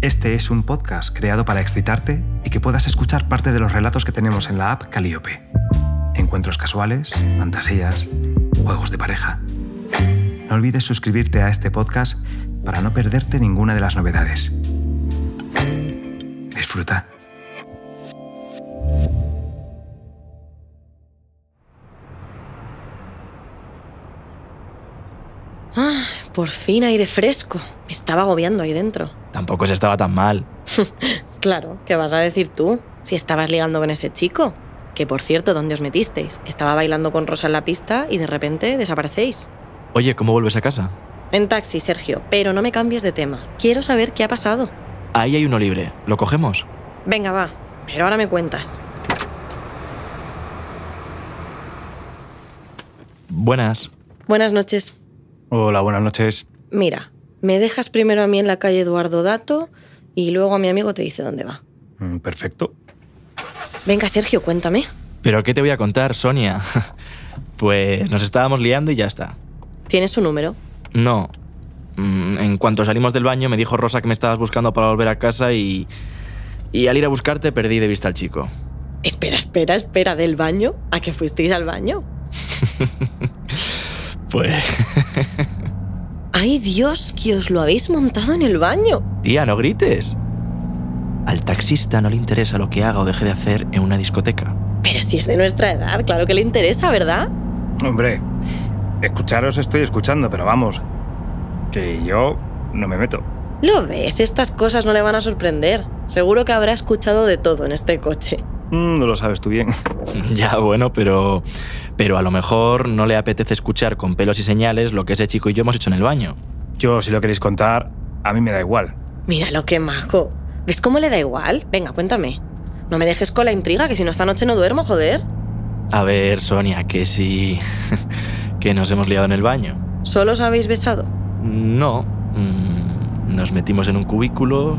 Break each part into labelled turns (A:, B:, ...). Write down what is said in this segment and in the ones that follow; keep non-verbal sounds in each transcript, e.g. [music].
A: Este es un podcast creado para excitarte y que puedas escuchar parte de los relatos que tenemos en la app Calíope. Encuentros casuales, fantasías, juegos de pareja. No olvides suscribirte a este podcast para no perderte ninguna de las novedades. Disfruta.
B: Ah, por fin aire fresco. Me estaba agobiando ahí dentro.
C: Tampoco se estaba tan mal.
B: Claro, ¿qué vas a decir tú? Si estabas ligando con ese chico. Que por cierto, ¿dónde os metisteis? Estaba bailando con Rosa en la pista y de repente desaparecéis.
C: Oye, ¿cómo vuelves a casa?
B: En taxi, Sergio, pero no me cambies de tema. Quiero saber qué ha pasado.
C: Ahí hay uno libre. ¿Lo cogemos?
B: Venga, va, pero ahora me cuentas.
C: Buenas.
B: Buenas noches.
D: Hola, buenas noches.
B: Mira, me dejas primero a mí en la calle Eduardo Dato y luego a mi amigo te dice dónde va.
D: Mm, Perfecto.
B: Venga, Sergio, cuéntame.
C: ¿Pero qué te voy a contar, Sonia? [laughs] pues nos estábamos liando y ya está.
B: ¿Tienes su número?
C: No. Mm, En cuanto salimos del baño me dijo Rosa que me estabas buscando para volver a casa y... Y al ir a buscarte perdí de vista al chico.
B: Espera, espera, espera, ¿del baño? ¿A que fuisteis al baño?
C: Pues... [laughs]
B: ¡Ay, Dios, que os lo habéis montado en el baño!
C: Tía, no grites. Al taxista no le interesa lo que haga o deje de hacer en una discoteca.
B: Pero si es de nuestra edad, claro que le interesa, ¿verdad?
D: Hombre, escucharos estoy escuchando, pero vamos, que yo no me meto.
B: Lo ves, estas cosas no le van a sorprender. Seguro que habrá escuchado de todo en este coche.
D: Mm, No lo sabes tú bien.
C: [laughs] Ya, bueno, pero. Pero a lo mejor no le apetece escuchar con pelos y señales lo que ese chico y yo hemos hecho en el baño.
D: Yo, si lo queréis contar, a mí me da igual.
B: Mira lo que majo. ¿Ves cómo le da igual? Venga, cuéntame. No me dejes con la intriga, que si no esta noche no duermo, joder.
C: A ver, Sonia, que sí. [laughs] que nos hemos liado en el baño.
B: ¿Solo os habéis besado?
C: No. mm, Nos metimos en un cubículo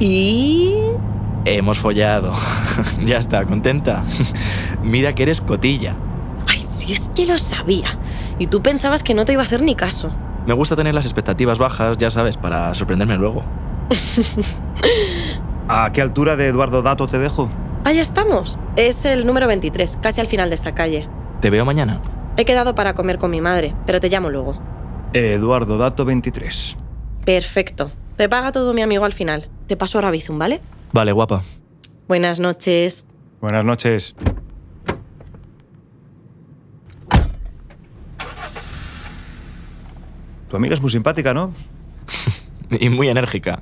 C: y. [laughs]
B: Y...
C: hemos follado. [laughs] ya está, contenta. [laughs] Mira que eres cotilla.
B: Ay, si es que lo sabía. Y tú pensabas que no te iba a hacer ni caso.
C: Me gusta tener las expectativas bajas, ya sabes, para sorprenderme luego.
D: ¿A qué altura de Eduardo Dato te dejo?
B: Allá Ah, estamos. Es el número 23, casi al final de esta calle.
C: Te veo mañana.
B: He quedado para comer con mi madre, pero te llamo luego.
D: Eduardo Dato 23.
B: Perfecto. Te paga todo mi amigo al final. Te paso ahora Bizum, ¿vale?
C: Vale, guapa.
B: Buenas noches.
D: Buenas noches. Tu amiga es muy simpática, ¿no?
C: Y muy enérgica.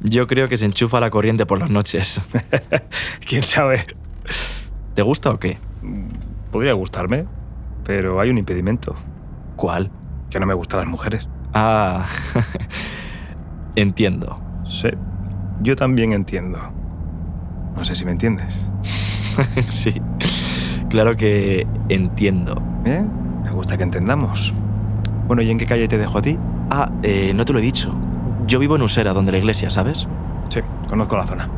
C: Yo creo que se enchufa la corriente por las noches.
D: [laughs] ¿Quién sabe?
C: ¿Te gusta o qué?
D: Podría gustarme, pero hay un impedimento,
C: ¿Cuál?
D: que no me gustan las mujeres.
C: Ah, [laughs] entiendo. [laughs]
D: Sí, yo también entiendo. No sé si me entiendes.
C: sí, claro que entiendo.
D: Bien, me gusta que entendamos. Bueno, ¿y en qué calle te dejo a ti?
C: Ah, eh, no te lo he dicho. Yo vivo en Usera, donde la iglesia, ¿sabes?
D: Sí, conozco la zona.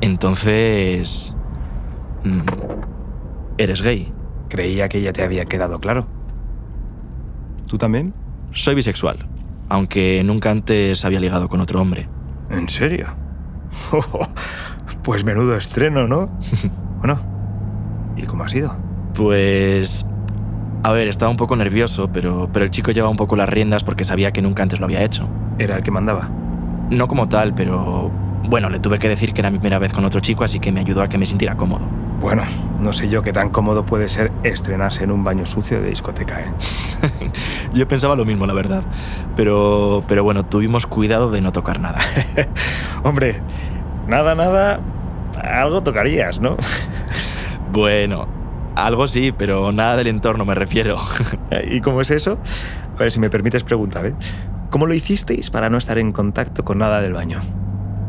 C: Entonces... mm, ¿Eres gay?
D: Creía que ya te había quedado claro. ¿Tú también?
C: Soy bisexual, aunque nunca antes había ligado con otro hombre.
D: ¿En [laughs] serio? Oh, pues menudo estreno, ¿no? [laughs] bueno, ¿y cómo ha sido?
C: Pues... A ver, estaba un poco nervioso, pero, pero el chico llevaba un poco las riendas porque sabía que nunca antes lo había hecho.
D: Era el que mandaba.
C: No como tal, pero bueno, le tuve que decir que era mi primera vez con otro chico, así que me ayudó a que me sintiera cómodo.
D: Bueno, no sé yo qué tan cómodo puede ser estrenarse en un baño sucio de discoteca, ¿eh?
C: Yo pensaba lo mismo, la verdad. Pero, pero bueno, tuvimos cuidado de no tocar nada. [laughs]
D: Hombre, nada, nada, algo tocarías, ¿no? [laughs]
C: bueno, algo sí, pero nada del entorno me refiero.
D: ¿Y cómo es eso? A ver, si me permites preguntar, ¿eh? ¿Cómo lo hicisteis para no estar en contacto con nada del baño?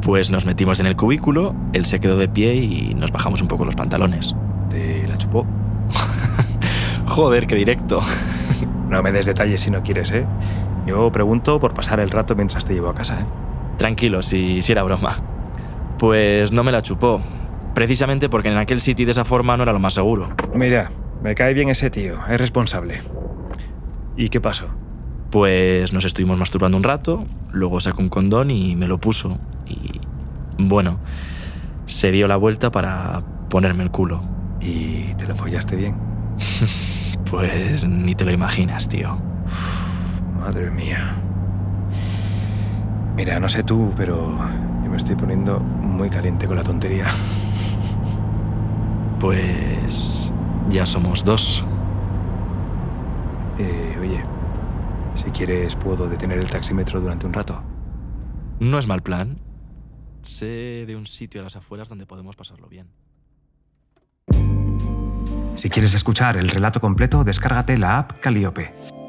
C: pues nos metimos en el cubículo, él se quedó de pie y nos bajamos un poco los pantalones.
D: ¿Te la chupó?
C: Joder, qué directo. [laughs]
D: No me des detalles si no quieres, ¿eh? Yo pregunto por pasar el rato mientras te llevo a casa, ¿eh?
C: Tranquilo, si, si era broma. Pues no me la chupó. Precisamente porque en aquel sitio y de esa forma no era lo más seguro.
D: Mira, me cae bien ese tío, es responsable.
E: ¿Y qué pasó?
C: Pues nos estuvimos masturbando un rato, luego sacó un condón y me lo puso. Y bueno, se dio la vuelta para ponerme el culo.
D: ¿Y te lo follaste bien?
C: Pues ni te lo imaginas, tío.
D: Madre mía. Mira, no sé tú, pero yo me estoy poniendo muy caliente con la [laughs] tontería.
C: Pues ya somos dos.
D: Eh, oye, si quieres puedo detener el taxímetro durante un rato.
C: No es mal plan. Sé de un sitio a las afueras donde podemos pasarlo bien.
D: Si quieres escuchar el relato completo, descárgate la app Caliope.